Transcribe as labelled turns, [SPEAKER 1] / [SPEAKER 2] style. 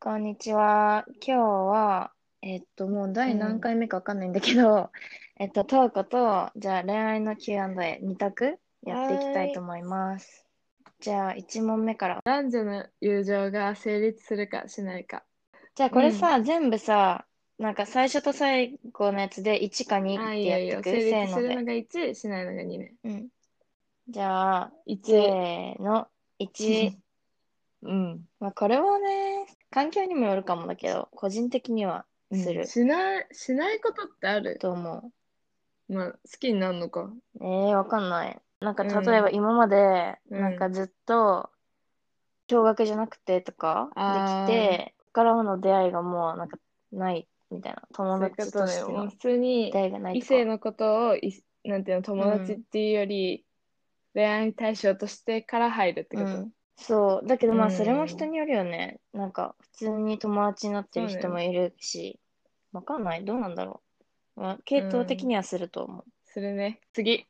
[SPEAKER 1] こんにちは。今日は、えっと、もう
[SPEAKER 2] う
[SPEAKER 1] 第何
[SPEAKER 2] ん。
[SPEAKER 1] 回目かわかんないんだけど、 えっと、トーコと、じゃあ恋愛の Q&A、二択やっていきた
[SPEAKER 2] はい
[SPEAKER 1] と
[SPEAKER 2] ーい。
[SPEAKER 1] 思います。じゃあ、一問目から。
[SPEAKER 2] 男女の友情が成立するかしないか。
[SPEAKER 1] じゃあ、こ
[SPEAKER 2] う
[SPEAKER 1] れ
[SPEAKER 2] ん。
[SPEAKER 1] さ、全部さ、なんか最初と最後のやつで1か2っ
[SPEAKER 2] あ、
[SPEAKER 1] て
[SPEAKER 2] いいよ
[SPEAKER 1] やっ
[SPEAKER 2] いい
[SPEAKER 1] て
[SPEAKER 2] よ。
[SPEAKER 1] く
[SPEAKER 2] 成
[SPEAKER 1] せ
[SPEAKER 2] 立
[SPEAKER 1] ー
[SPEAKER 2] す
[SPEAKER 1] の
[SPEAKER 2] る
[SPEAKER 1] で。
[SPEAKER 2] のが1、しないのが2ね。
[SPEAKER 1] うん。じゃあ、
[SPEAKER 2] 1。
[SPEAKER 1] せーの、1。
[SPEAKER 2] うん。
[SPEAKER 1] まあ、これはね、環境にもよるかもだけど、個人的には
[SPEAKER 2] う
[SPEAKER 1] す
[SPEAKER 2] ん。
[SPEAKER 1] る
[SPEAKER 2] しない、しないことってある
[SPEAKER 1] と思う。
[SPEAKER 2] まあ、好きになるのか。
[SPEAKER 1] ええわかんない。なんか、
[SPEAKER 2] う
[SPEAKER 1] 例えば
[SPEAKER 2] ん。
[SPEAKER 1] 今まで、
[SPEAKER 2] う
[SPEAKER 1] なんか
[SPEAKER 2] ん。
[SPEAKER 1] ずっと、共学じゃなくてとか、でき
[SPEAKER 2] ああ、
[SPEAKER 1] て、ここからの出会いがもう、なんか、ないみたいな。友
[SPEAKER 2] そういうこ
[SPEAKER 1] 達と
[SPEAKER 2] と
[SPEAKER 1] し
[SPEAKER 2] ね。
[SPEAKER 1] て
[SPEAKER 2] もう
[SPEAKER 1] の
[SPEAKER 2] 普通
[SPEAKER 1] 出
[SPEAKER 2] に
[SPEAKER 1] 会いがない
[SPEAKER 2] 異
[SPEAKER 1] と
[SPEAKER 2] 性
[SPEAKER 1] か。
[SPEAKER 2] のことをい、なんていうの、
[SPEAKER 1] う
[SPEAKER 2] 友達っ
[SPEAKER 1] ん、
[SPEAKER 2] ていうより、恋愛対象としてから入るって
[SPEAKER 1] う
[SPEAKER 2] こと。
[SPEAKER 1] ん。そう。だけど
[SPEAKER 2] う
[SPEAKER 1] まあ、それも人
[SPEAKER 2] ん。
[SPEAKER 1] によるよね。なんか、普通に友達になって
[SPEAKER 2] そ
[SPEAKER 1] る
[SPEAKER 2] う
[SPEAKER 1] 人も
[SPEAKER 2] ね。
[SPEAKER 1] いるし、わかんない。どうなんだろう。まあ、
[SPEAKER 2] う
[SPEAKER 1] 系統的
[SPEAKER 2] ん。
[SPEAKER 1] にはすると思う。
[SPEAKER 2] するね。次。